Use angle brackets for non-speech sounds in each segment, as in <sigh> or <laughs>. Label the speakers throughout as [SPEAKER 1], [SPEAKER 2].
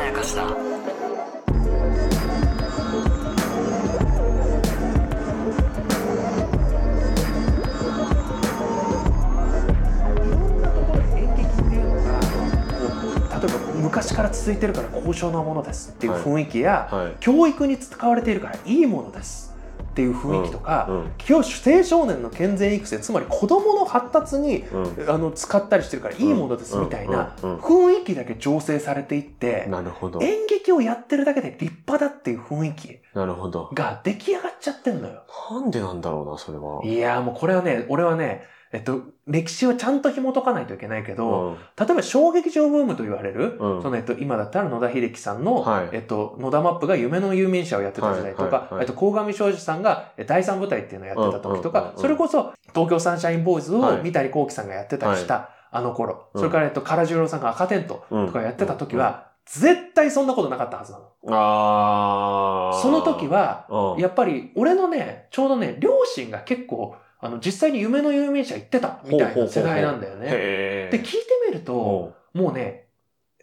[SPEAKER 1] やかしだ
[SPEAKER 2] いろんなところで演劇っていうのがこう例えば昔から続いてるから高尚なものですっていう雰囲気や、
[SPEAKER 3] はいはい
[SPEAKER 2] 教育に使われているからいいものですっていう雰囲気とか、
[SPEAKER 3] うんうん
[SPEAKER 2] 今日青少年の健全育成つまり子どもの発達に、
[SPEAKER 3] う
[SPEAKER 2] あの使ったりしてるからいいものですみたいな
[SPEAKER 3] うんうんうん
[SPEAKER 2] 雰囲気だけ醸成されていって
[SPEAKER 3] なるほど。
[SPEAKER 2] 演劇をやってるだけで立派だっていう雰囲気
[SPEAKER 3] なるほど。
[SPEAKER 2] が出来上がっちゃってんのよ。
[SPEAKER 3] なんでなんだろうな、それは。
[SPEAKER 2] いやーもうこれはね俺はねえっと、歴史をちゃんと紐解かないといけないけど、
[SPEAKER 3] う
[SPEAKER 2] 例えば小劇場ブームと言われる、
[SPEAKER 3] うん
[SPEAKER 2] そのえっと、今だったら野田秀樹さんの、
[SPEAKER 3] はい
[SPEAKER 2] えっと、野田マップが夢の遊民者をやってた時代と
[SPEAKER 3] はい
[SPEAKER 2] か
[SPEAKER 3] はい、はい
[SPEAKER 2] えっと、鴻上庄司さんがえ第三舞台っていうのをやってた時と
[SPEAKER 3] うんうん
[SPEAKER 2] か
[SPEAKER 3] う、ん
[SPEAKER 2] それこそ東京サンシャインボーイズ
[SPEAKER 3] は
[SPEAKER 2] を
[SPEAKER 3] い
[SPEAKER 2] 三谷幸喜さんがやってたりした、あの頃、
[SPEAKER 3] うん
[SPEAKER 2] それからえっと、唐十郎さんが赤テント
[SPEAKER 3] ん。
[SPEAKER 2] とかやってた時は、絶対そんなことなかったはずなの。
[SPEAKER 3] うん。ああ。
[SPEAKER 2] その時は、
[SPEAKER 3] うん、
[SPEAKER 2] やっぱり俺のね、ちょうどね、両親が結構、あの、実際に夢の遊民者行ってたみたいな世代なんだよね。
[SPEAKER 3] へえ。
[SPEAKER 2] で、聞いてみると、
[SPEAKER 3] おう
[SPEAKER 2] もうね、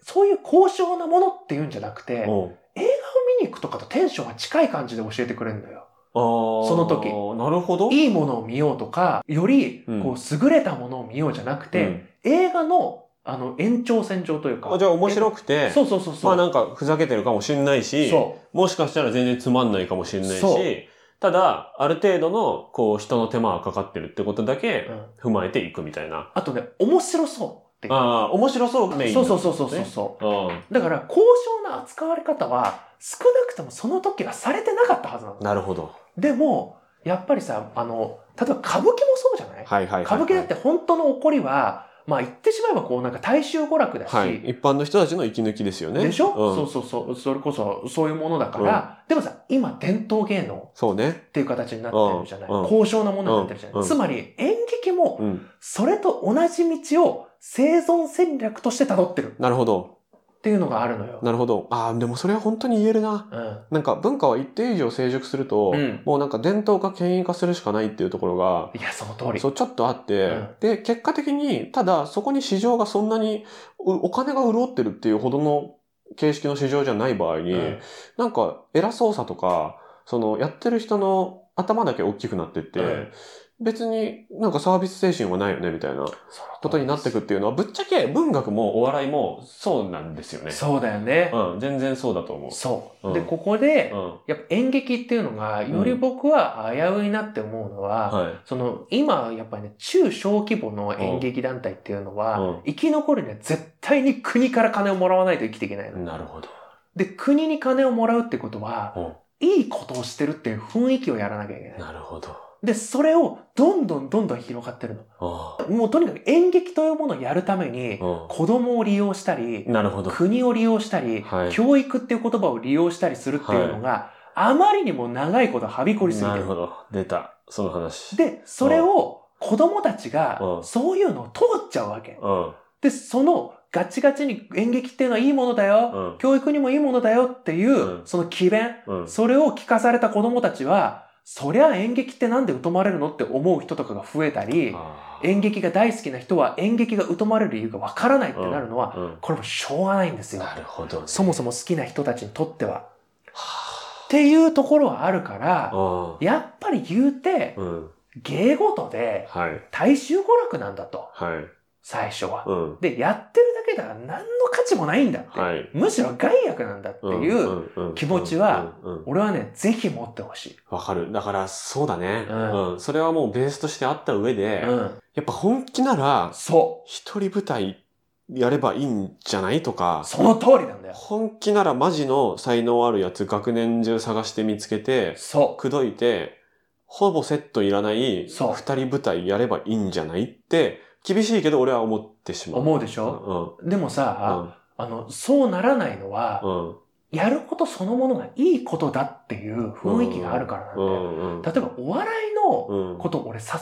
[SPEAKER 2] そういう高尚なものっていうんじゃなくて、映画を
[SPEAKER 3] おう
[SPEAKER 2] 見に行くとかとテンションが近い感じで教えてくれるんだよ。
[SPEAKER 3] あー
[SPEAKER 2] その時
[SPEAKER 3] なるほど。っ
[SPEAKER 2] いいものを見ようとか、より、
[SPEAKER 3] うん
[SPEAKER 2] こう、優れたものを見ようじゃなくて、、映画の、あの、延長線上という
[SPEAKER 3] うんあ
[SPEAKER 2] か。
[SPEAKER 3] じゃあ面白く
[SPEAKER 2] え
[SPEAKER 3] て、
[SPEAKER 2] そうそうそうそう。
[SPEAKER 3] まあなんかふざけてるかもしれないし、
[SPEAKER 2] そ
[SPEAKER 3] もしかしたら全然つまんないかもしれない
[SPEAKER 2] そう
[SPEAKER 3] し、ただ、ある程度の、こう、人の手間がかかってるってことだ
[SPEAKER 2] う。
[SPEAKER 3] け
[SPEAKER 2] うん
[SPEAKER 3] 踏まえていくみたいな。
[SPEAKER 2] あとね、面白そうっていう。
[SPEAKER 3] ああ、面白そうメイン。
[SPEAKER 2] そうそうそうそうそうそう。
[SPEAKER 3] う。うん。
[SPEAKER 2] だから、高尚な扱われ方は、少なくともその時はされてなかったはずなの。
[SPEAKER 3] なるほど。
[SPEAKER 2] でも、やっぱりさ、あの、例えば歌舞伎もそうじゃない
[SPEAKER 3] はいはいはい、はい。
[SPEAKER 2] 歌舞伎だって本当の怒りは、まあ言ってしまえばこうなんか大衆娯楽だし、
[SPEAKER 3] はい。一般の人たちの息抜きですよね。
[SPEAKER 2] でしょ、
[SPEAKER 3] うん、
[SPEAKER 2] そうそうそう、それこそそういうものだから、でもさ、今伝統芸能
[SPEAKER 3] そうね
[SPEAKER 2] っ。ていう形になってるじゃない、
[SPEAKER 3] うんうん
[SPEAKER 2] 高尚なものになってるじゃない、
[SPEAKER 3] うんうん
[SPEAKER 2] つまり演劇も
[SPEAKER 3] うん。
[SPEAKER 2] それと同じ道を生存戦略として辿ってる
[SPEAKER 3] なるほど。
[SPEAKER 2] っていうのがあるのよ。
[SPEAKER 3] なるほど。ああ、でもそれは本当に言えるな。
[SPEAKER 2] うん。
[SPEAKER 3] なんか文化は一定以上成熟すると、
[SPEAKER 2] うん
[SPEAKER 3] もうなんか伝統が権威化するしかないっていうところが、
[SPEAKER 2] いや、その通り。
[SPEAKER 3] そう、ちょっとあって、
[SPEAKER 2] うん
[SPEAKER 3] で、結果的に、ただ、そこに市場がそんなに、うお金が潤ってるっていうほどの形式の市場じゃない場合に、
[SPEAKER 2] うん
[SPEAKER 3] なんか、偉そうさとか、その、やってる人の頭だけ大きくなってって、
[SPEAKER 2] うん
[SPEAKER 3] 別になんかサービス精神はないよね、みたいなことになってくっていうのは、ぶっちゃけ文学もお笑いもそうなんですよね。
[SPEAKER 2] そうだよね。
[SPEAKER 3] うん、全然そうだと思う。
[SPEAKER 2] そう。
[SPEAKER 3] うん
[SPEAKER 2] で、ここで、
[SPEAKER 3] うん。
[SPEAKER 2] やっぱ演劇っていうのが、より僕は危ういなって思うのは、
[SPEAKER 3] はい。
[SPEAKER 2] その今やっぱりね中小規模の演劇団体っていうのは、
[SPEAKER 3] うん
[SPEAKER 2] 生き残るには絶対に国から金をもらわないと生きていけないの。
[SPEAKER 3] なるほど。
[SPEAKER 2] で国に金をもらうってことは
[SPEAKER 3] うん
[SPEAKER 2] いいことをしてるっていう雰囲気をやらなきゃいけない。
[SPEAKER 3] なるほど。
[SPEAKER 2] でそれをどんどんどんどん広がってる
[SPEAKER 3] あ
[SPEAKER 2] の。もうとにかく演劇というものをやるために
[SPEAKER 3] あ
[SPEAKER 2] 子供を利用したり
[SPEAKER 3] うん。なるほど。
[SPEAKER 2] 国を利用したり、
[SPEAKER 3] はい
[SPEAKER 2] 教育っていう言葉を利用したりするっていうのが、あまりにも長いことはびこりすぎて
[SPEAKER 3] な
[SPEAKER 2] る
[SPEAKER 3] るほど。出た。その話。
[SPEAKER 2] で、それを子供たち
[SPEAKER 3] う
[SPEAKER 2] が
[SPEAKER 3] ん
[SPEAKER 2] そういうのを通っちゃうわけ。
[SPEAKER 3] うん。
[SPEAKER 2] で、そのガチガチに演劇っていうのはいいものだよ。
[SPEAKER 3] うん。
[SPEAKER 2] 教育にもいいものだよっていうう、
[SPEAKER 3] ん
[SPEAKER 2] その奇弁。
[SPEAKER 3] うん。
[SPEAKER 2] それを聞かされた子供たちは、そりゃ演劇ってなんで疎まれるのって思う人とかが増えたり、
[SPEAKER 3] あー
[SPEAKER 2] 演劇が大好きな人は演劇が疎まれる理由がわからないってなるのは、
[SPEAKER 3] うん
[SPEAKER 2] これもしょうがないんですよ。
[SPEAKER 3] なるほどね。
[SPEAKER 2] そもそも好きな人たちにとっては。
[SPEAKER 3] は
[SPEAKER 2] っていうところはあるから、
[SPEAKER 3] あ。
[SPEAKER 2] やっぱり言うて、
[SPEAKER 3] うん。
[SPEAKER 2] 芸事で、
[SPEAKER 3] はい。
[SPEAKER 2] 大衆娯楽なんだと、
[SPEAKER 3] はい。
[SPEAKER 2] 最初は。
[SPEAKER 3] うん。
[SPEAKER 2] で、やってるだけでは何の価値もないんだって。
[SPEAKER 3] はい。
[SPEAKER 2] むしろ害悪なんだって
[SPEAKER 3] うん
[SPEAKER 2] いう、
[SPEAKER 3] うんうん
[SPEAKER 2] 気持ちは
[SPEAKER 3] うんうん
[SPEAKER 2] 俺はね、ぜひ持ってほしい。
[SPEAKER 3] わかる。だから、そうだね。
[SPEAKER 2] うん
[SPEAKER 3] うん。それはもうベースとしてあった上で、
[SPEAKER 2] うん。
[SPEAKER 3] やっぱ本気なら、
[SPEAKER 2] そ
[SPEAKER 3] 一人舞台やればいいんじゃないと
[SPEAKER 2] う。
[SPEAKER 3] か、
[SPEAKER 2] その通りなんだよ。
[SPEAKER 3] 本気ならマジの才能あるやつ学年中探して見つけて、
[SPEAKER 2] そ
[SPEAKER 3] 口説いて、ほぼセットいらない、二
[SPEAKER 2] そう
[SPEAKER 3] 人舞台やればいいんじゃないって、厳しいけど俺は思ってし
[SPEAKER 2] う。
[SPEAKER 3] まう。
[SPEAKER 2] 思うでしょ、でもさ、あの、そうならないのは、
[SPEAKER 3] うん。うん。
[SPEAKER 2] やることそのものがいいことだっていう雰囲気があるからなんだ
[SPEAKER 3] う
[SPEAKER 2] よ。
[SPEAKER 3] ん。うん。
[SPEAKER 2] 例えば、お笑いの
[SPEAKER 3] うん。
[SPEAKER 2] こと俺誘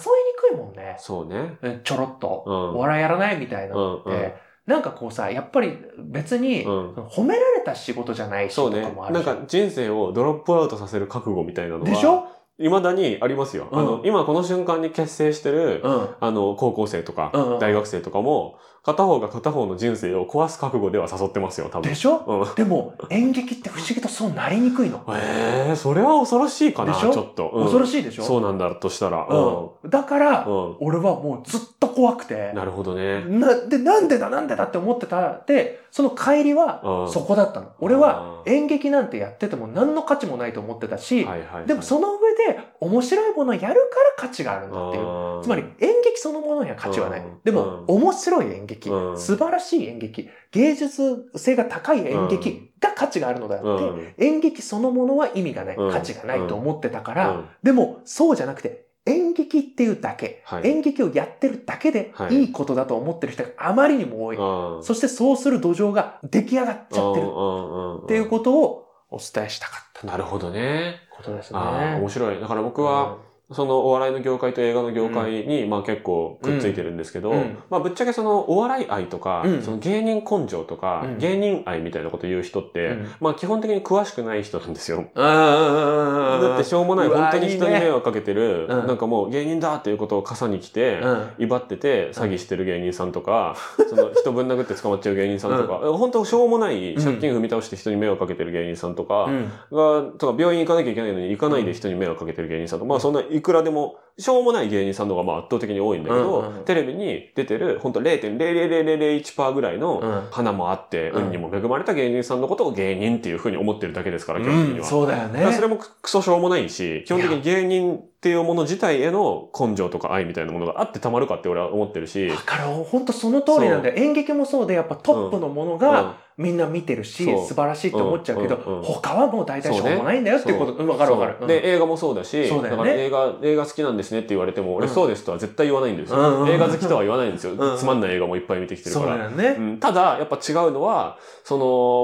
[SPEAKER 2] いにくいもんね。
[SPEAKER 3] そうね。
[SPEAKER 2] えちょろっと。
[SPEAKER 3] うん。
[SPEAKER 2] お笑いやらないみたいな
[SPEAKER 3] う。ん。うん
[SPEAKER 2] で、なんかこうさ、やっぱり別に、
[SPEAKER 3] うん
[SPEAKER 2] 褒められた仕事じゃないし
[SPEAKER 3] そ
[SPEAKER 2] と
[SPEAKER 3] う
[SPEAKER 2] か
[SPEAKER 3] ね
[SPEAKER 2] もあ。る
[SPEAKER 3] なん
[SPEAKER 2] し、
[SPEAKER 3] か人生をドロップアウトさせる覚悟みたいなのは。
[SPEAKER 2] でしょ
[SPEAKER 3] いまだにありますよ。あの、
[SPEAKER 2] う
[SPEAKER 3] 今この瞬間に結成してる、
[SPEAKER 2] うん。
[SPEAKER 3] あの、高校生とか
[SPEAKER 2] うんうん、
[SPEAKER 3] 大学生とかも、片方が片方の人生を壊す覚悟では誘ってますよ、多分。
[SPEAKER 2] でしょ
[SPEAKER 3] うん。
[SPEAKER 2] でも、演劇って不思議とそうなりにくいの。
[SPEAKER 3] ええそれは恐ろしいかな、
[SPEAKER 2] で
[SPEAKER 3] ち
[SPEAKER 2] しょ
[SPEAKER 3] ょっと。うん
[SPEAKER 2] 恐ろしいでしょ
[SPEAKER 3] そうなんだとしたら。
[SPEAKER 2] うん。だから、
[SPEAKER 3] うん。うん。
[SPEAKER 2] 俺はもうずっと怖くて。
[SPEAKER 3] なるほどね。
[SPEAKER 2] な、で、なんでだなんでだって思ってた。で、その帰りは、
[SPEAKER 3] うん
[SPEAKER 2] そこだったの。俺は、
[SPEAKER 3] は
[SPEAKER 2] 演劇なんてやってても何の価値もないと思ってたし、
[SPEAKER 3] はいはい、
[SPEAKER 2] でもその上で面白いものをやるから価値があるんだっていう。
[SPEAKER 3] あー。
[SPEAKER 2] つまり演劇そのものには価値はないう
[SPEAKER 3] ん
[SPEAKER 2] で
[SPEAKER 3] うん
[SPEAKER 2] も面白い演劇、
[SPEAKER 3] うん
[SPEAKER 2] 素晴らしい演劇、芸術性が高い演
[SPEAKER 3] う
[SPEAKER 2] 劇が価値があるのであって、
[SPEAKER 3] うん
[SPEAKER 2] 演劇そのものは意味がない、
[SPEAKER 3] うん
[SPEAKER 2] 価値がないと思ってたから、
[SPEAKER 3] うん
[SPEAKER 2] でもそうじゃなくて演劇っていうだけ、
[SPEAKER 3] はい
[SPEAKER 2] 演劇をやってるだけで
[SPEAKER 3] はい
[SPEAKER 2] いいことだと思ってる人があまりにも多い。
[SPEAKER 3] うん
[SPEAKER 2] そしてそうする土壌が出来上がっちゃってる
[SPEAKER 3] っ
[SPEAKER 2] っていう
[SPEAKER 3] と
[SPEAKER 2] ことをお伝えしたかった
[SPEAKER 3] なるほどね。
[SPEAKER 2] ことですね。
[SPEAKER 3] ああ、面白い。だから僕は、そのお笑いの業界と映画の業界に、まあ結構くっついてるんですけど、
[SPEAKER 2] うん
[SPEAKER 3] まあぶっちゃけそのお笑い愛とか、
[SPEAKER 2] うん
[SPEAKER 3] その芸人根性とか、
[SPEAKER 2] うん
[SPEAKER 3] 芸人愛みたいなこと言う人って、
[SPEAKER 2] うん
[SPEAKER 3] まあ基本的に詳しくない人なんですよ。
[SPEAKER 2] あ
[SPEAKER 3] だってしょうもないう
[SPEAKER 2] わ
[SPEAKER 3] 本
[SPEAKER 2] ー
[SPEAKER 3] 当に人
[SPEAKER 2] いい
[SPEAKER 3] に
[SPEAKER 2] ね
[SPEAKER 3] 迷惑かけてる、
[SPEAKER 2] うん
[SPEAKER 3] なんかもう芸人だっていうことを傘に来て、
[SPEAKER 2] うん
[SPEAKER 3] 威張ってて詐欺してる芸人さんとか、その人ぶん殴って捕まっちゃう芸人さんとか、本当しょうもない借金踏み倒して人に迷惑かけてる芸人さんとか、
[SPEAKER 2] うん
[SPEAKER 3] が、とか病院行かなきゃいけないのに行かないで人に迷惑かけてる芸人さんとか、まあそんないくらでも、しょうもない芸人さんの方がまあ圧倒的に多いんだけど、
[SPEAKER 2] うんうん
[SPEAKER 3] テレビに出てる、本当0.00001%ぐらいの、
[SPEAKER 2] うん
[SPEAKER 3] 花もあって、
[SPEAKER 2] うん
[SPEAKER 3] 運にも恵まれた芸人さんのことを芸人っていうふうに思ってるだけですから、基本的に
[SPEAKER 2] うん、
[SPEAKER 3] は。
[SPEAKER 2] そうだよね。
[SPEAKER 3] だからそれもくクソしょうもないし、基本的に芸人っていうもの自体への根性とか愛みたいなものがあってたまるかって俺は思ってるし
[SPEAKER 2] だ、から本当その通りなんだよ。演劇もそうで、やっぱトップのもの
[SPEAKER 3] う
[SPEAKER 2] が
[SPEAKER 3] ん
[SPEAKER 2] みんな見てるし、
[SPEAKER 3] そう
[SPEAKER 2] 素晴らしいと思っちゃうけど、
[SPEAKER 3] うんうんうん
[SPEAKER 2] 他はもう大体しょうもないんだよっていうこと。うんわ、かるわか
[SPEAKER 3] そ
[SPEAKER 2] る。
[SPEAKER 3] うで、映画もそうだし、
[SPEAKER 2] そうだよね
[SPEAKER 3] から映画、映画好きなんですねって言われても、俺
[SPEAKER 2] うん
[SPEAKER 3] そうですとは絶対言わないんですよ。
[SPEAKER 2] うんうんうん
[SPEAKER 3] 映画好きとは言わないんですよ。
[SPEAKER 2] んうん
[SPEAKER 3] つまんない映画もいっぱい見てきてる
[SPEAKER 2] そ
[SPEAKER 3] か
[SPEAKER 2] う
[SPEAKER 3] ら。
[SPEAKER 2] だよね。
[SPEAKER 3] うんただ、やっぱ違うのは、そ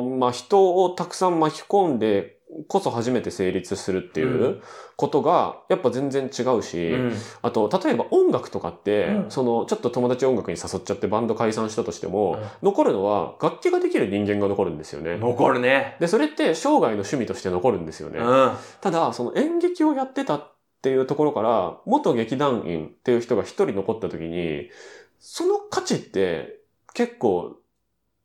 [SPEAKER 3] の、まあ、人をたくさん巻き込んで、こそ初めて成立するっていううことが、やっぱ全然違うし、
[SPEAKER 2] うん
[SPEAKER 3] あと、例えば音楽とかって、
[SPEAKER 2] うん
[SPEAKER 3] その、ちょっと友達音楽に誘っちゃってバンド解散したとしても、
[SPEAKER 2] うん
[SPEAKER 3] 残るのは楽器ができる人間が残るんですよね。
[SPEAKER 2] 残るね。
[SPEAKER 3] で、それって生涯の趣味として残るんですよね。
[SPEAKER 2] うん。
[SPEAKER 3] ただ、その演劇をやってたっていうところから、元劇団員っていう人が一人残った時に、その価値って結構、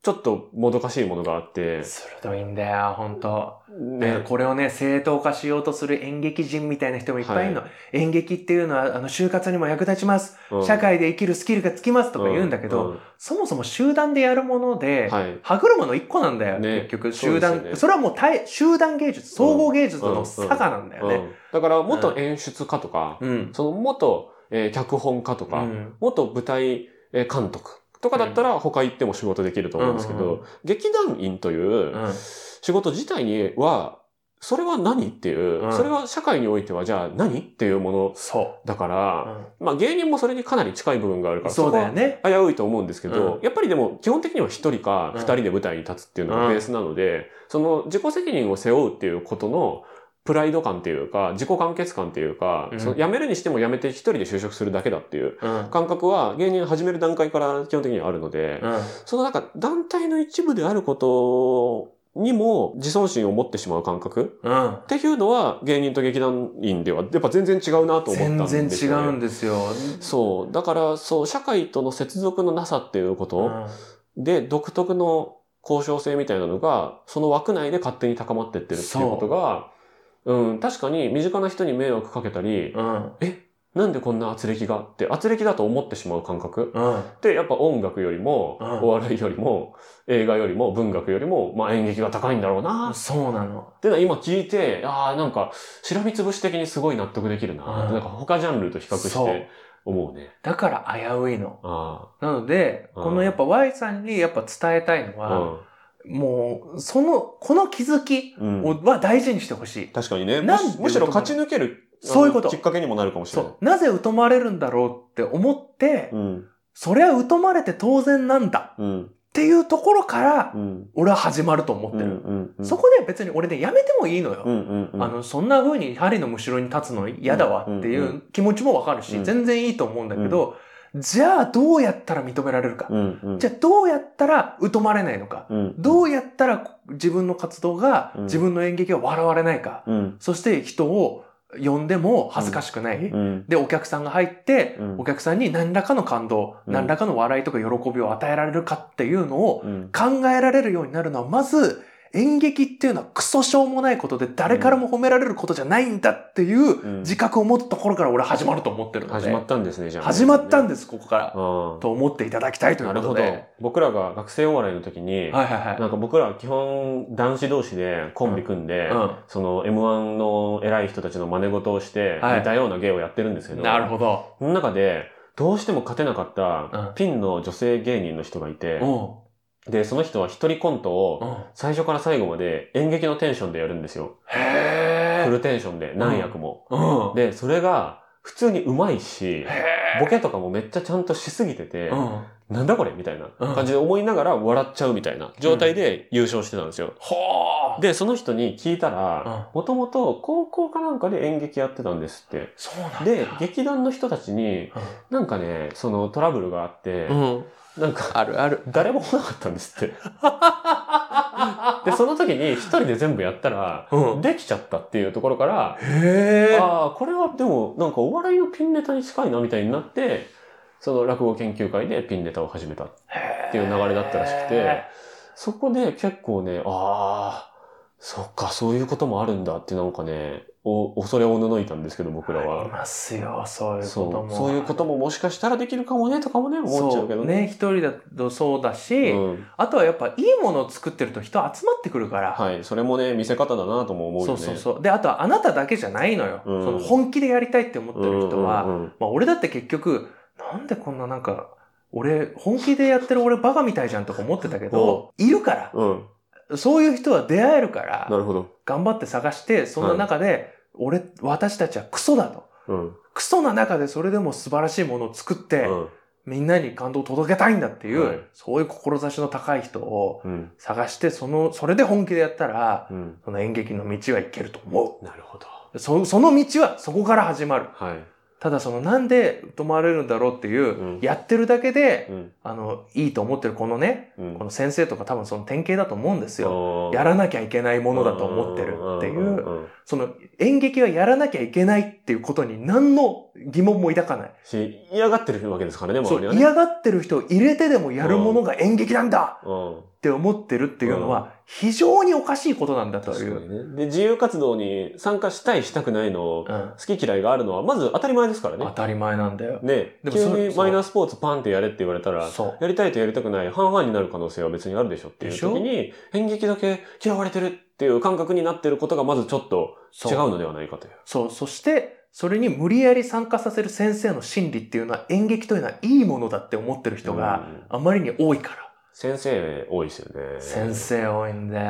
[SPEAKER 3] ちょっともどかしいものがあって、
[SPEAKER 2] 鋭いんだよ、本当ね、
[SPEAKER 3] ね、
[SPEAKER 2] これをね、正当化しようとする演劇人みたいな人もいっぱいいるの。演劇っていうのは、あの、就活にも役立ちます。
[SPEAKER 3] うん
[SPEAKER 2] 社会で生きるスキルがつきますとか言うんだけど、、
[SPEAKER 3] うう
[SPEAKER 2] そもそも集団でやるもので、
[SPEAKER 3] はい。
[SPEAKER 2] 歯車の一個なんだよ、
[SPEAKER 3] ね
[SPEAKER 2] 結局。
[SPEAKER 3] そ
[SPEAKER 2] 集
[SPEAKER 3] うですよ
[SPEAKER 2] 団
[SPEAKER 3] ね
[SPEAKER 2] そ,、れはもう対集団芸術、総合芸術
[SPEAKER 3] うんう
[SPEAKER 2] の
[SPEAKER 3] ん
[SPEAKER 2] 差がなんだよ
[SPEAKER 3] う
[SPEAKER 2] ね。
[SPEAKER 3] んだから、元演出家とか、
[SPEAKER 2] うん。
[SPEAKER 3] その元、えー脚本家と
[SPEAKER 2] う
[SPEAKER 3] か、
[SPEAKER 2] ん。
[SPEAKER 3] 元舞台えー監督とかだったら他行っても仕事できると思うんですけど、
[SPEAKER 2] うん
[SPEAKER 3] 劇団員という、
[SPEAKER 2] うん。
[SPEAKER 3] 仕事自体には、それは何っていう、
[SPEAKER 2] うん
[SPEAKER 3] それは社会においてはじゃあ何っていうもの
[SPEAKER 2] そ
[SPEAKER 3] だか
[SPEAKER 2] う。
[SPEAKER 3] ら、
[SPEAKER 2] う
[SPEAKER 3] まあ芸人もそれにかなり近い部分があるか
[SPEAKER 2] ん、
[SPEAKER 3] ら、
[SPEAKER 2] そうだよ
[SPEAKER 3] ね。
[SPEAKER 2] ね。
[SPEAKER 3] 危ういと思うんですけど、
[SPEAKER 2] うん
[SPEAKER 3] やっぱりでも基本的には一人か
[SPEAKER 2] うん
[SPEAKER 3] 二人で舞台に立つっていうのがベースなので、その自己責任を背負うっていうことのプライド感っていうか、自己完結感っていうか、
[SPEAKER 2] うん
[SPEAKER 3] その辞めるにしても辞めて一人で就職するだけだっていう
[SPEAKER 2] うん。
[SPEAKER 3] 感覚は芸人始める段階から基本的にはあるので、
[SPEAKER 2] うん。
[SPEAKER 3] そのなんか団体の一部であることにも自尊心を持ってしまう感覚
[SPEAKER 2] うん。
[SPEAKER 3] っていうのは芸人と劇団員ではやっぱ全然違うなと思ったんですよ、
[SPEAKER 2] 全
[SPEAKER 3] ね。
[SPEAKER 2] 然違うんですよ。
[SPEAKER 3] そう。だから、そう、社会との接続のなさっていうこ
[SPEAKER 2] う
[SPEAKER 3] と
[SPEAKER 2] ん
[SPEAKER 3] で、独特の交渉性みたいなのが、その枠内で勝手に高まってってるっていうことが、うん、確かに身近な人に迷惑かけたり、
[SPEAKER 2] うん。
[SPEAKER 3] なんでこんな圧力がって、圧力だと思ってしまう感覚
[SPEAKER 2] うん。
[SPEAKER 3] で、やっぱ音楽よりも、
[SPEAKER 2] うん
[SPEAKER 3] お笑いよりも、映画よりも、文学よりも、まあ演劇が高いんだろうな、っ
[SPEAKER 2] そうなの。
[SPEAKER 3] てのは今聞いて、ああ、なんか、しらみつぶし的にすごい納得できるな、
[SPEAKER 2] うん
[SPEAKER 3] なんか他ジャンルと比較し
[SPEAKER 2] そう
[SPEAKER 3] て思うね。
[SPEAKER 2] だから危ういの。
[SPEAKER 3] あ
[SPEAKER 2] なので、
[SPEAKER 3] うん
[SPEAKER 2] このやっぱ Y さんにやっぱ伝えたいの
[SPEAKER 3] あ、
[SPEAKER 2] は、もう、その、この気づき
[SPEAKER 3] うん
[SPEAKER 2] をは大事にしてほしい。
[SPEAKER 3] 確かにね
[SPEAKER 2] なん
[SPEAKER 3] むし
[SPEAKER 2] で
[SPEAKER 3] むしろ勝ち抜ける、あの
[SPEAKER 2] そういうこと
[SPEAKER 3] きっかけにもなるかもしれない。
[SPEAKER 2] そう。なぜ疎まれるんだろうって思って、
[SPEAKER 3] うん、
[SPEAKER 2] そりゃ疎まれて当然なんだ
[SPEAKER 3] うん、
[SPEAKER 2] っていうところから、
[SPEAKER 3] うん、
[SPEAKER 2] 俺は始まると思って
[SPEAKER 3] うん、う
[SPEAKER 2] る。
[SPEAKER 3] ん、うん。
[SPEAKER 2] そこで別に俺ね、やめてもいいのよ。
[SPEAKER 3] うん、うん、うん。
[SPEAKER 2] あの、そんな風に針のむしろに立つの嫌だわってい
[SPEAKER 3] うんうん
[SPEAKER 2] う気持ちもわかるし、
[SPEAKER 3] うん
[SPEAKER 2] 全然いいと思うんだけど、じゃあどうやったら認められるか
[SPEAKER 3] う。ん、うん、
[SPEAKER 2] じゃあどうやったら疎まれないのか。
[SPEAKER 3] うん、
[SPEAKER 2] どうやったら自分の活動が
[SPEAKER 3] うん
[SPEAKER 2] 自分の演劇が笑われないか。
[SPEAKER 3] うん、
[SPEAKER 2] そして人を呼んでも恥ずかしくない。
[SPEAKER 3] うん。
[SPEAKER 2] で、お客さんが入って、
[SPEAKER 3] うん
[SPEAKER 2] お客さんに何らかの感動、
[SPEAKER 3] うん
[SPEAKER 2] 何らかの笑いとか喜びを与えられるかっていうのを
[SPEAKER 3] うん。
[SPEAKER 2] 考えられるようになるのは、まず演劇っていうのはクソしょうもないことで誰からも褒められることじゃないんだっていう
[SPEAKER 3] うん
[SPEAKER 2] 自覚を持ったところから俺始まると思ってるので。
[SPEAKER 3] 始まったんですね、じゃあ。
[SPEAKER 2] 始まったん
[SPEAKER 3] で
[SPEAKER 2] です、ここから。
[SPEAKER 3] あ
[SPEAKER 2] と思っていただきたいと
[SPEAKER 3] あ。
[SPEAKER 2] い
[SPEAKER 3] な
[SPEAKER 2] う
[SPEAKER 3] る
[SPEAKER 2] こ
[SPEAKER 3] ほ
[SPEAKER 2] と
[SPEAKER 3] ど
[SPEAKER 2] で。。
[SPEAKER 3] 僕らが学生お笑いの時に、
[SPEAKER 2] はいはい
[SPEAKER 3] な
[SPEAKER 2] は
[SPEAKER 3] んか僕らは基本男子同士でコンビ組んで、
[SPEAKER 2] い。う
[SPEAKER 3] その M1 の偉い人たちの真似事をして、
[SPEAKER 2] はい
[SPEAKER 3] 似たような芸をやってるんですけど、
[SPEAKER 2] ん。なるほど。
[SPEAKER 3] その中で、どうしても勝てなかっ
[SPEAKER 2] う
[SPEAKER 3] た
[SPEAKER 2] ん
[SPEAKER 3] ピンの女性芸人の人がいて、
[SPEAKER 2] う
[SPEAKER 3] で、その人は一人コント
[SPEAKER 2] ん。
[SPEAKER 3] を
[SPEAKER 2] うん。
[SPEAKER 3] 最初から最後まで演劇のテンションでやるんですよ。フ
[SPEAKER 2] へー
[SPEAKER 3] ルテンションで何役も。
[SPEAKER 2] うん。
[SPEAKER 3] で、それが普通に上手いし、
[SPEAKER 2] へ
[SPEAKER 3] ボケとかもめっちゃちゃんとしすぎてて、
[SPEAKER 2] ーうん。
[SPEAKER 3] なんだこれみたいな感じで思いながら笑っちゃうみたいな状態で優勝してたんですよ。
[SPEAKER 2] ほー。
[SPEAKER 3] で、その人に聞いたら、もともと高校かなんかで演劇やってたんですって。
[SPEAKER 2] そうなんだ。
[SPEAKER 3] で、劇団の人たちに、なんかね、そのトラブルがあって、
[SPEAKER 2] うん。
[SPEAKER 3] なんか、
[SPEAKER 2] あるある。
[SPEAKER 3] 誰も来なかったんですって。で、その時に一人で全部やったら、
[SPEAKER 2] うん。
[SPEAKER 3] できちゃったっていうところから、
[SPEAKER 2] へー。
[SPEAKER 3] ああ、これはでも、なんかお笑いのピンネタに近いなみたいになって、その落語研究会でピンネタを始めたっていう流れだったらしくて
[SPEAKER 2] へ、
[SPEAKER 3] そこで結構ね、ああ、そっか、そういうこともあるんだってなんかね、お恐れをののいたんですけど、僕ら
[SPEAKER 2] ー。あり
[SPEAKER 3] は。
[SPEAKER 2] ますよ、そういうこと
[SPEAKER 3] そう
[SPEAKER 2] も。
[SPEAKER 3] そういうことももしかしたらできるかもねとかもね、思っちゃうけど
[SPEAKER 2] そうね、一人だとそうだし、
[SPEAKER 3] うん、
[SPEAKER 2] あとはやっぱいいものを作ってると人集まってくるから、
[SPEAKER 3] はい、それもね、見せ方だなとも思う
[SPEAKER 2] そ
[SPEAKER 3] よ
[SPEAKER 2] う
[SPEAKER 3] ね。
[SPEAKER 2] そうそう。で、あとはあなただけじゃないのよ。
[SPEAKER 3] うん
[SPEAKER 2] その本気でやりたいって思ってる人は、
[SPEAKER 3] うんうんうん
[SPEAKER 2] まあ俺だって結局、なんでこんななんか、俺、本気でやってる俺バカみたいじゃんとか思ってたけど、いるから、
[SPEAKER 3] うん、
[SPEAKER 2] そういう人は出会えるか
[SPEAKER 3] な
[SPEAKER 2] ら、
[SPEAKER 3] るほど。
[SPEAKER 2] 頑張って探して、そんな中で、俺、私たちはクソだと。
[SPEAKER 3] うん、
[SPEAKER 2] クソな中でそれでも素晴らしいものを作って、
[SPEAKER 3] うん、
[SPEAKER 2] みんなに感動を届けたいんだっていう、
[SPEAKER 3] はい
[SPEAKER 2] そういう志の高い人を
[SPEAKER 3] うん、
[SPEAKER 2] 探して、その、それで本気でやったら、
[SPEAKER 3] うん。
[SPEAKER 2] その演劇の道はいけると思
[SPEAKER 3] なるほど。
[SPEAKER 2] う。そその道はそこから始まる。
[SPEAKER 3] はい。
[SPEAKER 2] ただそのなんで止まれるんだろうっていう、
[SPEAKER 3] うん
[SPEAKER 2] やってるだけで、
[SPEAKER 3] うん、
[SPEAKER 2] あの、いいと思ってるこのね、
[SPEAKER 3] うん
[SPEAKER 2] この先生とか多分その典型だと思うんですよ。
[SPEAKER 3] よ
[SPEAKER 2] やら
[SPEAKER 3] ない
[SPEAKER 2] なきゃいけないものだと思ってるってい
[SPEAKER 3] んん
[SPEAKER 2] う、
[SPEAKER 3] んうん
[SPEAKER 2] その演劇はやらなきゃいけないっていうことに何の疑問も抱かない。
[SPEAKER 3] し、嫌がってるわけですからね、
[SPEAKER 2] そ
[SPEAKER 3] 周りは
[SPEAKER 2] う、
[SPEAKER 3] ね。
[SPEAKER 2] 嫌がってる人を入れてでもやるものが演劇なんだ
[SPEAKER 3] うん
[SPEAKER 2] って思ってるっていうのは非常におかしいことなんだとい
[SPEAKER 3] 確か
[SPEAKER 2] う。
[SPEAKER 3] にね。で、自由活動に参加したい、したくないの、
[SPEAKER 2] うん、
[SPEAKER 3] 好き嫌いがあるのは、まず当たり前ですから
[SPEAKER 2] 当
[SPEAKER 3] ね。
[SPEAKER 2] たり前なんだよ。
[SPEAKER 3] ね、
[SPEAKER 2] でも
[SPEAKER 3] 急
[SPEAKER 2] それ
[SPEAKER 3] にマイナースポーツパンってやれって言われたら、
[SPEAKER 2] そう。
[SPEAKER 3] やりたいとやりたくない、半々になる可能性は別にあるでしょっていう
[SPEAKER 2] でしょ
[SPEAKER 3] 時に、演劇だけ嫌われてるっていう感覚になってることが、まずちょっと
[SPEAKER 2] そう
[SPEAKER 3] 違うのではないかという。
[SPEAKER 2] そう。そして、それに無理やり参加させる先生の心理っていうのは演劇というのはいいものだって思ってる人が
[SPEAKER 3] うん
[SPEAKER 2] あまりに多いから。
[SPEAKER 3] 先生多いですよね。
[SPEAKER 2] 先生多いんだ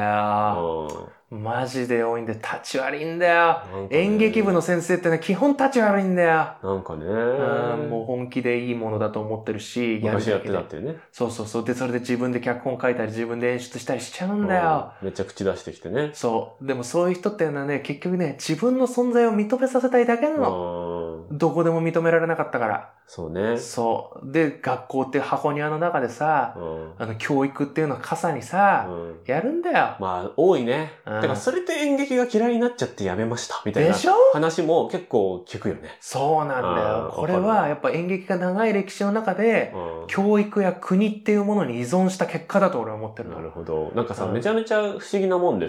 [SPEAKER 2] よ。マジで多いんで、立ち悪いんだよ。
[SPEAKER 3] うん。
[SPEAKER 2] 演劇部の先生ってのは基本立ち悪いんだよ。
[SPEAKER 3] なんかね、
[SPEAKER 2] うんもう本気でいいものだと思ってるし、るだ
[SPEAKER 3] 昔
[SPEAKER 2] け
[SPEAKER 3] やってたってね。
[SPEAKER 2] そうそうそう。で、それで自分で脚本書いたり、自分で演出したりしちゃう
[SPEAKER 3] うん
[SPEAKER 2] だよ。
[SPEAKER 3] んめっちゃ口出してきてね。
[SPEAKER 2] そう。でもそういう人っていうのはね、結局ね、自分の存在を認めさせたいだけなの。
[SPEAKER 3] うん
[SPEAKER 2] どこでも認められなかったから。
[SPEAKER 3] そうね。
[SPEAKER 2] そう。で、学校って箱庭の中でさ、
[SPEAKER 3] うん
[SPEAKER 2] あの、教育っていうのは傘にさ、
[SPEAKER 3] うん
[SPEAKER 2] やるんだよ。
[SPEAKER 3] まあ、多いね。
[SPEAKER 2] うん
[SPEAKER 3] だから、それで演劇が嫌いになっちゃってやめました、みたい
[SPEAKER 2] で
[SPEAKER 3] な
[SPEAKER 2] しょ
[SPEAKER 3] 話も結構聞くよね。
[SPEAKER 2] そうなんだ
[SPEAKER 3] う
[SPEAKER 2] よ
[SPEAKER 3] ん。
[SPEAKER 2] これ
[SPEAKER 3] わか
[SPEAKER 2] は
[SPEAKER 3] る
[SPEAKER 2] やっぱ演劇が長い歴史の中で、
[SPEAKER 3] うん
[SPEAKER 2] 教育や国っていうものに依存した結果だと俺は思ってるの。
[SPEAKER 3] な
[SPEAKER 2] う
[SPEAKER 3] るほど。なんかさ、
[SPEAKER 2] うん
[SPEAKER 3] めちゃめちゃ不思議なもんで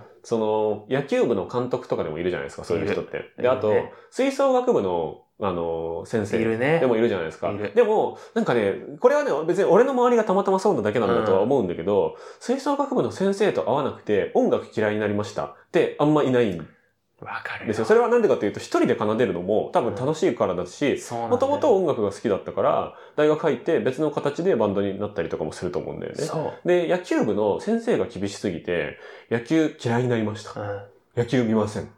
[SPEAKER 2] ん。
[SPEAKER 3] その、野球部の監督とかでもいるじゃないですか、そういう人って。
[SPEAKER 2] いる
[SPEAKER 3] で、あと
[SPEAKER 2] ね、
[SPEAKER 3] 吹奏楽部の、あの、先
[SPEAKER 2] い
[SPEAKER 3] 生。
[SPEAKER 2] るね
[SPEAKER 3] で。もいるじゃないですか
[SPEAKER 2] いる。
[SPEAKER 3] でも、なんかね、これはね、別に俺の周りがたまたまそうなだけなんだとは思うんだけど、吹奏楽部の先生と会わなくて、音楽嫌いになりましたってあんまいないん
[SPEAKER 2] わかる
[SPEAKER 3] で
[SPEAKER 2] よ。
[SPEAKER 3] すよ。それはなんでかっていうと、一人で奏でるのも多分楽しいからだし、
[SPEAKER 2] そうなんだ
[SPEAKER 3] も
[SPEAKER 2] よ
[SPEAKER 3] ともと音楽が好きだったから、大学入って別の形でバンドになったりとかもすると思うんだよね。
[SPEAKER 2] そ
[SPEAKER 3] で、野球部の先生が厳しすぎて、野球嫌いになりました
[SPEAKER 2] う。う。ん。
[SPEAKER 3] 野球見ません。
[SPEAKER 2] うん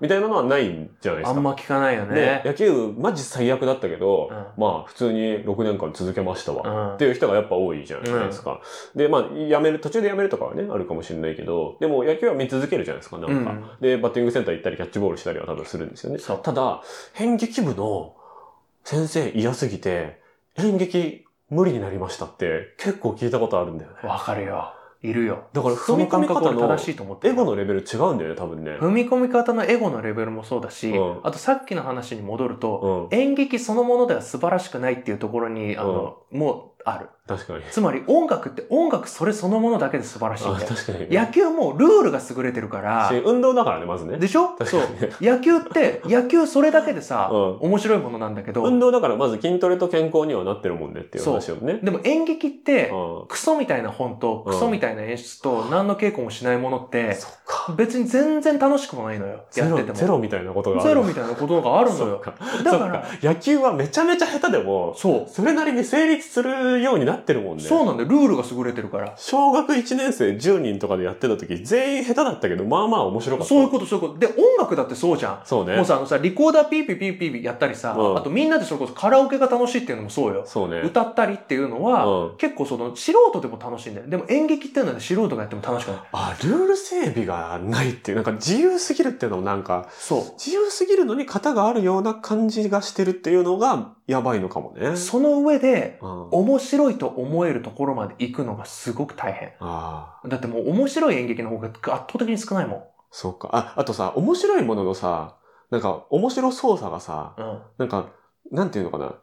[SPEAKER 3] みたいなのはないんじゃないです
[SPEAKER 2] あ
[SPEAKER 3] か。
[SPEAKER 2] んま聞かないよ
[SPEAKER 3] で
[SPEAKER 2] ね、。
[SPEAKER 3] 野球部マジ最悪だったけど、
[SPEAKER 2] う
[SPEAKER 3] まあ普通に6年間続けましたわ。
[SPEAKER 2] うん
[SPEAKER 3] っていう人がやっぱ多いじゃないですか。で、まあ、やめる、途中でやめるとかはね、あるかもしれないけど、でも野球は見続けるじゃないですか、なんか。
[SPEAKER 2] うん
[SPEAKER 3] で、バッティングセンター行ったり、キャッチボールしたりは多分するんですよね。
[SPEAKER 2] そう
[SPEAKER 3] ただ、演劇部の先生嫌すぎて、演劇無理になりましたって結構聞いたことあるんだよね。
[SPEAKER 2] わかるよ。いるよ。
[SPEAKER 3] だから
[SPEAKER 2] そ
[SPEAKER 3] 踏み
[SPEAKER 2] の
[SPEAKER 3] 込み
[SPEAKER 2] 感覚
[SPEAKER 3] 方
[SPEAKER 2] 俺正
[SPEAKER 3] の
[SPEAKER 2] しいと思って
[SPEAKER 3] エ
[SPEAKER 2] る
[SPEAKER 3] ゴのレベル違うんだよね、多分ね。
[SPEAKER 2] 踏み込み方のエゴのレベルもそうだし、
[SPEAKER 3] うん
[SPEAKER 2] あとさっきの話に戻ると、
[SPEAKER 3] うん。
[SPEAKER 2] 演劇そのものでは素晴らしくないっていうところに、あの、もうある。
[SPEAKER 3] 確かに。
[SPEAKER 2] つまり音楽って音楽それそのものだけで素晴らしいん
[SPEAKER 3] あ
[SPEAKER 2] だよ。
[SPEAKER 3] 確かに。
[SPEAKER 2] 野球もルールが優れてるから
[SPEAKER 3] し、運動だからね、まずね。
[SPEAKER 2] でしょ
[SPEAKER 3] 確
[SPEAKER 2] そう
[SPEAKER 3] か。にね。
[SPEAKER 2] 野球って、野球それだけでさ、
[SPEAKER 3] <laughs> うん
[SPEAKER 2] 面白いものなんだけど、
[SPEAKER 3] 運動だからまず筋トレと健康にはなってるもんねっていう話をね。
[SPEAKER 2] でも演劇って、
[SPEAKER 3] う
[SPEAKER 2] クソみたいな本と
[SPEAKER 3] うん
[SPEAKER 2] クソみたいな演出と何の稽古もしないものっ
[SPEAKER 3] ん。
[SPEAKER 2] て、
[SPEAKER 3] そっか。
[SPEAKER 2] 別に全然楽しくもないのよ。
[SPEAKER 3] ゼ
[SPEAKER 2] やっ
[SPEAKER 3] ロ
[SPEAKER 2] てても。
[SPEAKER 3] ゼロみたいなことがある。
[SPEAKER 2] ゼロみたいなことがあるの
[SPEAKER 3] そっ
[SPEAKER 2] よ。
[SPEAKER 3] か。
[SPEAKER 2] だから、
[SPEAKER 3] そっか野球はめちゃめちゃ下手でも、
[SPEAKER 2] そう。
[SPEAKER 3] それなりに成立するようになってるもんね。
[SPEAKER 2] そうなんだよ。ルールが優れてるから。
[SPEAKER 3] 小学1年生10人とかでやってた時、全員下手だったけど、まあまあ面白かった。
[SPEAKER 2] そういうこと、そういうこと。で、音楽だってそうじゃ
[SPEAKER 3] そうね
[SPEAKER 2] ん。もう。さ、あのさ、リコーダーピーピーピーピーピーやったりさ、
[SPEAKER 3] うん
[SPEAKER 2] あとみんなでそれこそカラオケが楽しいっていうのもそうよ。
[SPEAKER 3] そうね。
[SPEAKER 2] 歌ったりっていうのは、
[SPEAKER 3] うん
[SPEAKER 2] 結構その素人でも楽しいんだよ。でも演劇っていうのはね素人がやっても楽しくない。
[SPEAKER 3] あ、ルール整備がないっていう、なんか自由すぎるっていうのもなんか、
[SPEAKER 2] そ
[SPEAKER 3] 自由すぎるのに型があるような感じがしてるっていうのが、やばいのかもね。
[SPEAKER 2] う。その上で、
[SPEAKER 3] うん。
[SPEAKER 2] 面白いと思えるところまで行くのがすごく大変。
[SPEAKER 3] ああ、
[SPEAKER 2] だってもう面白い演劇の方が圧倒的に少ないもん。
[SPEAKER 3] そうか。あ、あとさ、面白いもののさ、なんか、面白操作がさ、
[SPEAKER 2] うん。
[SPEAKER 3] なんか、なんていうのかな。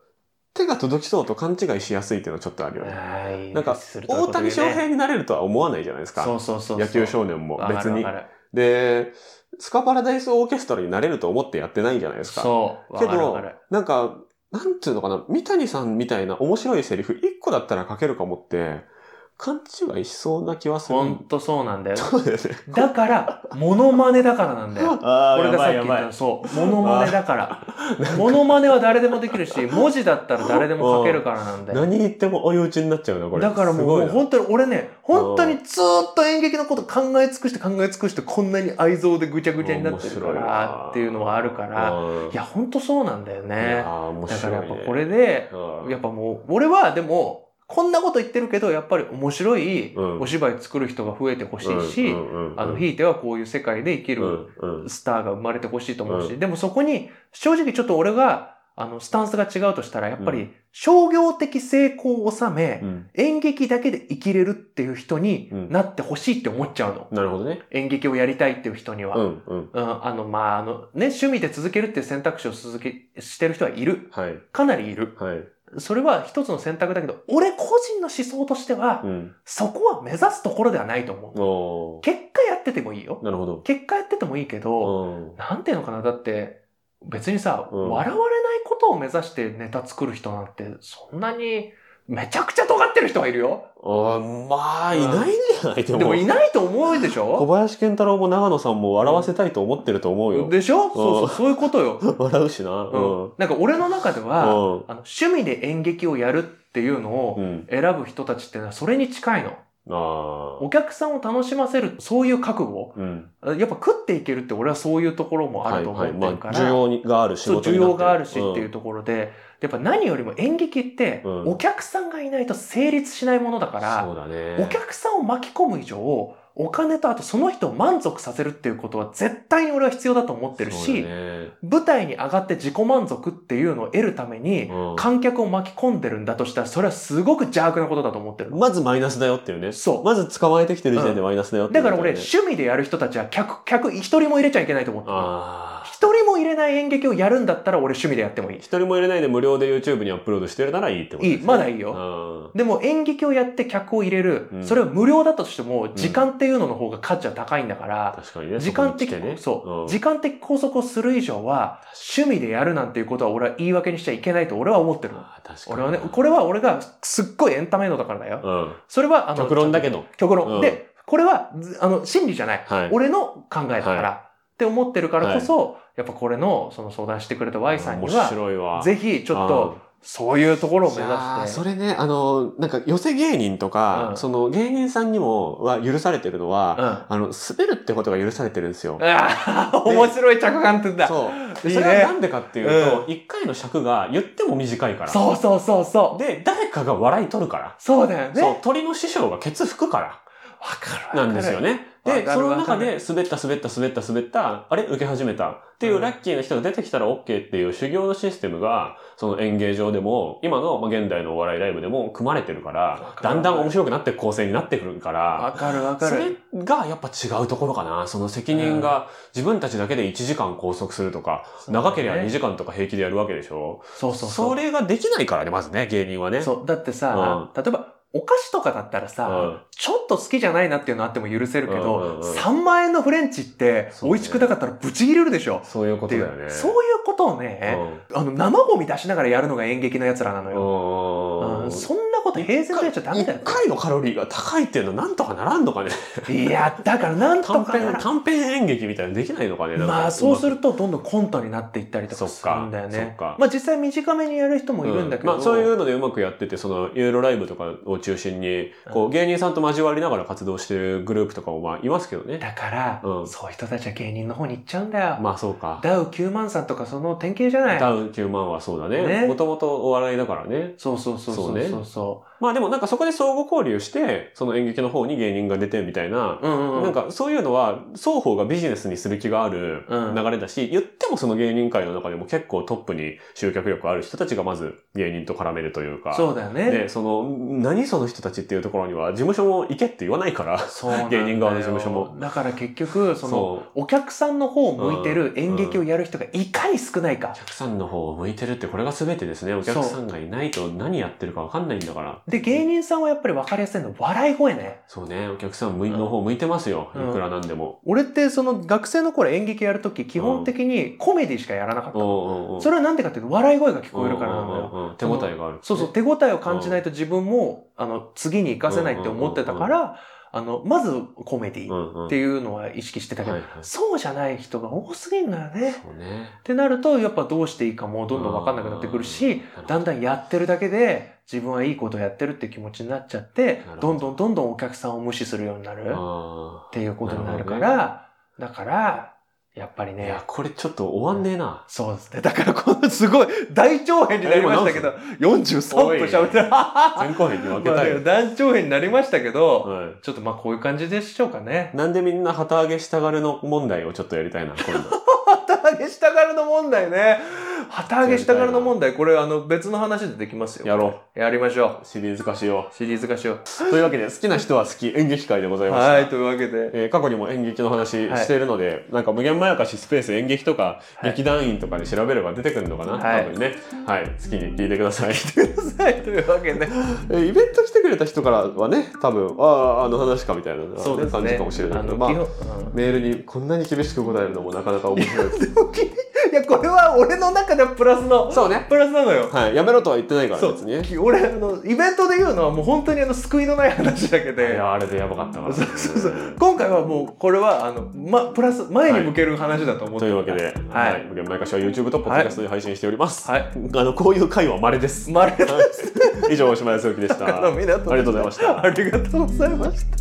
[SPEAKER 3] 手が届きそうと勘違いしやすいっていうのはちょっとあるよね。
[SPEAKER 2] はい
[SPEAKER 3] なんか
[SPEAKER 2] するという
[SPEAKER 3] 大
[SPEAKER 2] ことで
[SPEAKER 3] 谷
[SPEAKER 2] ね
[SPEAKER 3] 翔平になれるとは思わないじゃないですか。
[SPEAKER 2] そうそうそうそう。
[SPEAKER 3] 野球少年も
[SPEAKER 2] わか
[SPEAKER 3] 別
[SPEAKER 2] る
[SPEAKER 3] に
[SPEAKER 2] わ。かる
[SPEAKER 3] で、スカパラダイスオーケストラになれると思ってやってないじゃないですか。
[SPEAKER 2] そう。わかるわかる。
[SPEAKER 3] なんか、なんていうのかな、三谷さんみたいな面白いセリフ一個だったら書けるかもって、勘違いしそうな気はする。
[SPEAKER 2] ほんとそうなんだよ。
[SPEAKER 3] そうだよね。
[SPEAKER 2] だから、モノマネだからなん <laughs> だよ。
[SPEAKER 3] あ
[SPEAKER 2] 俺がさっき言ったの、そう。モノマネだ <laughs> から。モノマネは誰でもできるし、文字だったら誰でも書けるからなんだよ。
[SPEAKER 3] 何言っても追い打ちになっちゃうな、これ。
[SPEAKER 2] だからもう、もう
[SPEAKER 3] すごい
[SPEAKER 2] 本当に、俺ね、本当にずーっと演劇のこと考え尽くして考え尽くして、こんなに愛憎でぐちゃぐちゃになってるか
[SPEAKER 3] 面白い
[SPEAKER 2] ら
[SPEAKER 3] な、
[SPEAKER 2] っていうのはあるか
[SPEAKER 3] な。
[SPEAKER 2] ら、
[SPEAKER 3] うん
[SPEAKER 2] いや、本当そうなんだよ
[SPEAKER 3] いや
[SPEAKER 2] ね。
[SPEAKER 3] ー面
[SPEAKER 2] だか
[SPEAKER 3] 白い、
[SPEAKER 2] らや
[SPEAKER 3] ね。
[SPEAKER 2] っぱこれで、
[SPEAKER 3] うん、
[SPEAKER 2] やっぱもう、俺はでも、こんなこと言ってるけど、やっぱり面白い
[SPEAKER 3] うん
[SPEAKER 2] お芝居作る人が増えてほしいし、
[SPEAKER 3] うんうんうん
[SPEAKER 2] あの、ひいてはこういう世界で生き
[SPEAKER 3] う
[SPEAKER 2] る
[SPEAKER 3] んうん
[SPEAKER 2] スターが生まれてほしいと思うし、
[SPEAKER 3] う
[SPEAKER 2] でもそこに、正直ちょっと俺が、あの、スタンスが違うとしたら、やっぱ
[SPEAKER 3] う
[SPEAKER 2] り、商業的成功を収め、
[SPEAKER 3] うん
[SPEAKER 2] 演劇だけで生きれるっていう人に
[SPEAKER 3] うん
[SPEAKER 2] なってほしいって思っちゃうの。
[SPEAKER 3] なるほどね。
[SPEAKER 2] 演劇をやりたいっていう人には。
[SPEAKER 3] う
[SPEAKER 2] うん
[SPEAKER 3] んうん。
[SPEAKER 2] あの、まあ、あの、ね、趣味で続けるっていう選択肢を続け、してる人はいる。
[SPEAKER 3] はい。
[SPEAKER 2] かなりいる。
[SPEAKER 3] はい。
[SPEAKER 2] それは一つの選択だけど、俺個人の思想としては
[SPEAKER 3] う、ん。
[SPEAKER 2] そこは目指すところではないと思う。
[SPEAKER 3] おー
[SPEAKER 2] 結果やっててもいいよ。
[SPEAKER 3] なるほど。
[SPEAKER 2] 結果やっててもいいけど、
[SPEAKER 3] うん
[SPEAKER 2] なんていうのかな、だって、別にさ、
[SPEAKER 3] うん
[SPEAKER 2] 笑われないことを目指してネタ作る人なんて、そんなに、めちゃくちゃ尖ってる人がいるよ。
[SPEAKER 3] あーまあ、いないんじゃないで
[SPEAKER 2] でも
[SPEAKER 3] も
[SPEAKER 2] いないと思うでし
[SPEAKER 3] 小
[SPEAKER 2] ょ
[SPEAKER 3] 林健太郎も長野さんも笑わせたいと思ってると思うよ。
[SPEAKER 2] でしょそうそう、そういうことよ。
[SPEAKER 3] 笑うしな。
[SPEAKER 2] う
[SPEAKER 3] うん。
[SPEAKER 2] ん。なんか俺の中では、
[SPEAKER 3] う
[SPEAKER 2] あの趣味で演劇をやるっていうのを
[SPEAKER 3] ん。うん。
[SPEAKER 2] 選ぶ人たちっていうのはそれに近いの。
[SPEAKER 3] ああ
[SPEAKER 2] お。客さんを楽しませる、そういう覚悟。
[SPEAKER 3] うん。
[SPEAKER 2] やっぱ食っていけるって俺はそういうところもあ
[SPEAKER 3] は
[SPEAKER 2] る
[SPEAKER 3] い
[SPEAKER 2] と思っ
[SPEAKER 3] は
[SPEAKER 2] て
[SPEAKER 3] い。ま
[SPEAKER 2] るか
[SPEAKER 3] あ、
[SPEAKER 2] ら。
[SPEAKER 3] 需要にがある仕
[SPEAKER 2] そう、
[SPEAKER 3] 事
[SPEAKER 2] 需
[SPEAKER 3] になって
[SPEAKER 2] 要があるしっていうところで、やっぱ何よりも演劇って、
[SPEAKER 3] うん
[SPEAKER 2] お客さんがいないと成立しないものだか
[SPEAKER 3] うん
[SPEAKER 2] ら、
[SPEAKER 3] そうだね。
[SPEAKER 2] お客さんを巻き込む以上、お金とあとその人を満足させるっていうことは絶対に俺は必要だと思ってる
[SPEAKER 3] そう
[SPEAKER 2] し、
[SPEAKER 3] だね
[SPEAKER 2] 舞台に上がって自己満足っていうのを得るために、
[SPEAKER 3] うん
[SPEAKER 2] 観客を巻き込んでるんだとしたら、それはすごく邪悪なことだと思ってるの。
[SPEAKER 3] まずマイナスだよっていうね。
[SPEAKER 2] そう
[SPEAKER 3] まず捕まえてきてる時点でマイナスだよってい
[SPEAKER 2] だ
[SPEAKER 3] う
[SPEAKER 2] か
[SPEAKER 3] ね、
[SPEAKER 2] ら俺、趣味でやる人たちは客、客一人も入れちゃいけないと思ってる。
[SPEAKER 3] ああ。
[SPEAKER 2] 一人も入れない演劇をやるんだったら俺趣味でやってもいい
[SPEAKER 3] 一。人も入れないで無料で YouTube にアップロードしてるならいいってこと
[SPEAKER 2] いい、まだいいよ。
[SPEAKER 3] よ。
[SPEAKER 2] でも演劇をやって客を入れる、
[SPEAKER 3] うん
[SPEAKER 2] それは無料だとしても
[SPEAKER 3] ん
[SPEAKER 2] 時間っていうのの方が価値は高いんだか
[SPEAKER 3] うん。
[SPEAKER 2] ら、
[SPEAKER 3] 確かにね。
[SPEAKER 2] 時間的
[SPEAKER 3] そこに来てね。
[SPEAKER 2] そう、
[SPEAKER 3] ん
[SPEAKER 2] 時間的拘束をする以上は趣味でやるなんていうことは俺は言い訳にしちゃいけないと俺は思ってる。
[SPEAKER 3] あー確かに。
[SPEAKER 2] 俺はね、これは俺がすっごいエンタメのだからだよ。
[SPEAKER 3] うん。
[SPEAKER 2] それはあの
[SPEAKER 3] 極論だけど。
[SPEAKER 2] 極論、
[SPEAKER 3] うん
[SPEAKER 2] で、これはずあの真理じゃない。
[SPEAKER 3] はい。
[SPEAKER 2] 俺の考えだから、って思ってるからこそ、やっぱこれのその相談してくれた Y さんに
[SPEAKER 3] 面
[SPEAKER 2] は、
[SPEAKER 3] 白いわ。
[SPEAKER 2] ぜひちょっとそういうところを目指
[SPEAKER 3] いやー
[SPEAKER 2] して
[SPEAKER 3] そ。れね、あの、なんか寄せ芸人とか、
[SPEAKER 2] うん
[SPEAKER 3] その芸人さんにもは許されてるのは、
[SPEAKER 2] うん
[SPEAKER 3] あの、滑るってことが許されてるんですよ。
[SPEAKER 2] ああ、面白い着眼点だ。そう
[SPEAKER 3] そう。
[SPEAKER 2] いいね
[SPEAKER 3] でそれはなんでかっていうと、一、回の尺が言っても短いから。
[SPEAKER 2] そうそうそう。
[SPEAKER 3] で、誰かが笑い取るから。
[SPEAKER 2] そうだよ
[SPEAKER 3] そう
[SPEAKER 2] ね。、
[SPEAKER 3] 鳥の師匠がケツ吹くから。
[SPEAKER 2] かる。
[SPEAKER 3] なんですよ
[SPEAKER 2] ね。
[SPEAKER 3] ね。
[SPEAKER 2] わかる
[SPEAKER 3] で、その
[SPEAKER 2] わか
[SPEAKER 3] 中
[SPEAKER 2] る
[SPEAKER 3] で滑った滑った滑った滑った、あれ受け始めたっていううんラッキーな人が出てきたら OK っていう修行のシステムが、その演芸場でも、今のまあ現代のお笑いライブでも組まれてるか
[SPEAKER 2] わ
[SPEAKER 3] ら、
[SPEAKER 2] かる
[SPEAKER 3] だんだん面白くなっていく構成になってくるから、
[SPEAKER 2] わかるわか
[SPEAKER 3] それ
[SPEAKER 2] る。
[SPEAKER 3] がやっぱ違うところかな。その責任が自分たちだけで1時間拘束するとか、長ければ2時間とか平気でやるわけでしょ。
[SPEAKER 2] そうそうそう。
[SPEAKER 3] それができないからね、まずね、芸人はね。
[SPEAKER 2] そう。だってさ、例えば、お菓子とかだったらさ、
[SPEAKER 3] うん
[SPEAKER 2] ちょっと好きじゃないなっていうのあっても許せるけど、
[SPEAKER 3] うんうんうん
[SPEAKER 2] 3万円のフレンチって、
[SPEAKER 3] そう
[SPEAKER 2] 美
[SPEAKER 3] ね
[SPEAKER 2] 味しくなかったらブチ切れるでしょ。
[SPEAKER 3] そういうこ
[SPEAKER 2] って
[SPEAKER 3] と
[SPEAKER 2] い
[SPEAKER 3] だ
[SPEAKER 2] う
[SPEAKER 3] よね。
[SPEAKER 2] そういうことをね、
[SPEAKER 3] うん
[SPEAKER 2] あの、生ゴミ出しながらやるのが演劇の奴らなのよ。う
[SPEAKER 3] う
[SPEAKER 2] んん、そんなこと平然とやっちゃダメだよ
[SPEAKER 3] 一。回のカロリーが高いっていうのはなんとかならんの
[SPEAKER 2] <laughs>
[SPEAKER 3] かね。
[SPEAKER 2] いや、だからなんと
[SPEAKER 3] 短
[SPEAKER 2] かな
[SPEAKER 3] 編、
[SPEAKER 2] ら。
[SPEAKER 3] 短編演劇みたいなのできないのかね。なんか
[SPEAKER 2] まあそうするとどんどんコントになっていったりとかするんだよ
[SPEAKER 3] そっかそ
[SPEAKER 2] ね
[SPEAKER 3] っ。か
[SPEAKER 2] まあ実際短めにやる人もいるんだけど。
[SPEAKER 3] うまあそういうのでうまくやってて、その、ユーロライブとかを中心に、こう、芸人さんと交わりながら活動してるグループとかもまあいますけどね。
[SPEAKER 2] だから、
[SPEAKER 3] うん
[SPEAKER 2] そういう人たちは芸人の方に行っちゃうんだよ。
[SPEAKER 3] まあそうか。
[SPEAKER 2] ダウ9万さんとかその典型じゃない。
[SPEAKER 3] ダウン9万はそうだね。
[SPEAKER 2] ね
[SPEAKER 3] もともとお笑いだからね。
[SPEAKER 2] そうそうそう
[SPEAKER 3] そ
[SPEAKER 2] そうう
[SPEAKER 3] ね
[SPEAKER 2] そうそ
[SPEAKER 3] まあでもなんかそこで相互交流して、その演劇の方に芸人が出てみたいな
[SPEAKER 2] う。うんうん。
[SPEAKER 3] なん、かそういうのは双方がビジネスにする気がある
[SPEAKER 2] うん
[SPEAKER 3] 流れだし、言ってもその芸人界の中でも結構トップに集客力ある人たちがまず芸人と絡めるというか、
[SPEAKER 2] そうだよね。
[SPEAKER 3] で、その、何その人たちっていうところには事務所も行けって言わないから、
[SPEAKER 2] そうなんだよ
[SPEAKER 3] 芸人側の事務所も。
[SPEAKER 2] だから結局、その、
[SPEAKER 3] そう。
[SPEAKER 2] お客さんの方を向いてる演劇をやる人がいかに少ないか
[SPEAKER 3] お。客さんの方を向いてるってこれが全てですね。お客さんがいないと何やってるかわかんないんだから。
[SPEAKER 2] で、芸人さんはやっぱり分かりやすいの笑い声ね。
[SPEAKER 3] そうね、お客さん向いの方向いてますよ。
[SPEAKER 2] うん
[SPEAKER 3] いくらなんでも。
[SPEAKER 2] 俺ってその学生の頃演劇やるとき基本的にコメディしかやらなかったの、
[SPEAKER 3] おうおうおう
[SPEAKER 2] それはなんでかっていうと笑い声が聞こえるからなんだよ、
[SPEAKER 3] うんうんうんうん手応えがある。
[SPEAKER 2] そうそう手応えを感じないと自分もあの次に活かせないって思ってたから、あのまずコメデ
[SPEAKER 3] う
[SPEAKER 2] ィっ
[SPEAKER 3] んうん。
[SPEAKER 2] ていうのは意識してたけど、
[SPEAKER 3] はいはい
[SPEAKER 2] そうじゃない人が多すぎるんだよね
[SPEAKER 3] そうね。
[SPEAKER 2] ってなるとやっぱどうしていいかもうどんどん分かんなくなってくるしだんだんやってるだけで自分はいいことやってるって気持ちになっちゃって
[SPEAKER 3] なる
[SPEAKER 2] ど
[SPEAKER 3] ほど
[SPEAKER 2] んどんどんどんお客さんを無視するようになる。
[SPEAKER 3] あ
[SPEAKER 2] っていうことになるか
[SPEAKER 3] なる
[SPEAKER 2] ら、だから、やっぱり
[SPEAKER 3] ーい
[SPEAKER 2] ね
[SPEAKER 3] や、、これちょっと終わんねえ <laughs> な。
[SPEAKER 2] そうですね。だから、このすごい大長編になりましたけど、43分喋ってる。ま
[SPEAKER 3] 前後編に分け
[SPEAKER 2] あ
[SPEAKER 3] た <laughs>
[SPEAKER 2] ね
[SPEAKER 3] い。
[SPEAKER 2] <laughs> 大長編になりましたけど、
[SPEAKER 3] は
[SPEAKER 2] ちょっとまあこういう感じでしょうかね
[SPEAKER 3] い。。なんでみんな旗揚げしたがるの問題をちょっとやりたいな、今 <laughs> 度。
[SPEAKER 2] 旗揚げしたがるの問題ね。旗揚げしたがるの問題、これあの別の話でできますよ。
[SPEAKER 3] やろ
[SPEAKER 2] やりましょ
[SPEAKER 3] う。シリーズ化しよ
[SPEAKER 2] う。シリーズ化しよう。
[SPEAKER 3] う。というわけで、好きな人は好き演劇会でございました。
[SPEAKER 2] はい、というわけで。
[SPEAKER 3] えー過去にも演劇の話しているので、なんか無限まやかしスペース演劇とか、
[SPEAKER 2] はい
[SPEAKER 3] 劇団員とかで調べれば出てくるのかな、
[SPEAKER 2] はい
[SPEAKER 3] 多分ね。はい。好きに聞いてくださ <laughs> い。
[SPEAKER 2] はい、というわけで。
[SPEAKER 3] えーイベント来てくれた人からはね、多分、ああ、あの話かみたいな、感じかもしれない
[SPEAKER 2] あ
[SPEAKER 3] けど、
[SPEAKER 2] の <laughs>
[SPEAKER 3] まあ
[SPEAKER 2] 基、本うん
[SPEAKER 3] メールにこんなに厳しく答えるのもなかなか面白いです。 <laughs>
[SPEAKER 2] いや、これは俺の中ではプラスの、
[SPEAKER 3] そうね。
[SPEAKER 2] プラスなのよ。
[SPEAKER 3] はい。やめろとは言ってないから、
[SPEAKER 2] そ
[SPEAKER 3] 別にね。
[SPEAKER 2] う俺あのイベントで言うのはもう本当にあの救いのない話だけ
[SPEAKER 3] い
[SPEAKER 2] で
[SPEAKER 3] や、あれでやばかったから。
[SPEAKER 2] そうそうそう今回はもうこれはあの、ま、プラス前に向ける話だと思って
[SPEAKER 3] <laughs> というわけ
[SPEAKER 2] で
[SPEAKER 3] で、
[SPEAKER 2] はい
[SPEAKER 3] はい。無限前歌詞は YouTube と Podcast で配信しております。
[SPEAKER 2] はい
[SPEAKER 3] <laughs> あの、こういう回は稀です。
[SPEAKER 2] まれです
[SPEAKER 3] 以上、島康之でした。
[SPEAKER 2] 高野湊
[SPEAKER 3] <laughs> ありがとうございました
[SPEAKER 2] ありがとうございました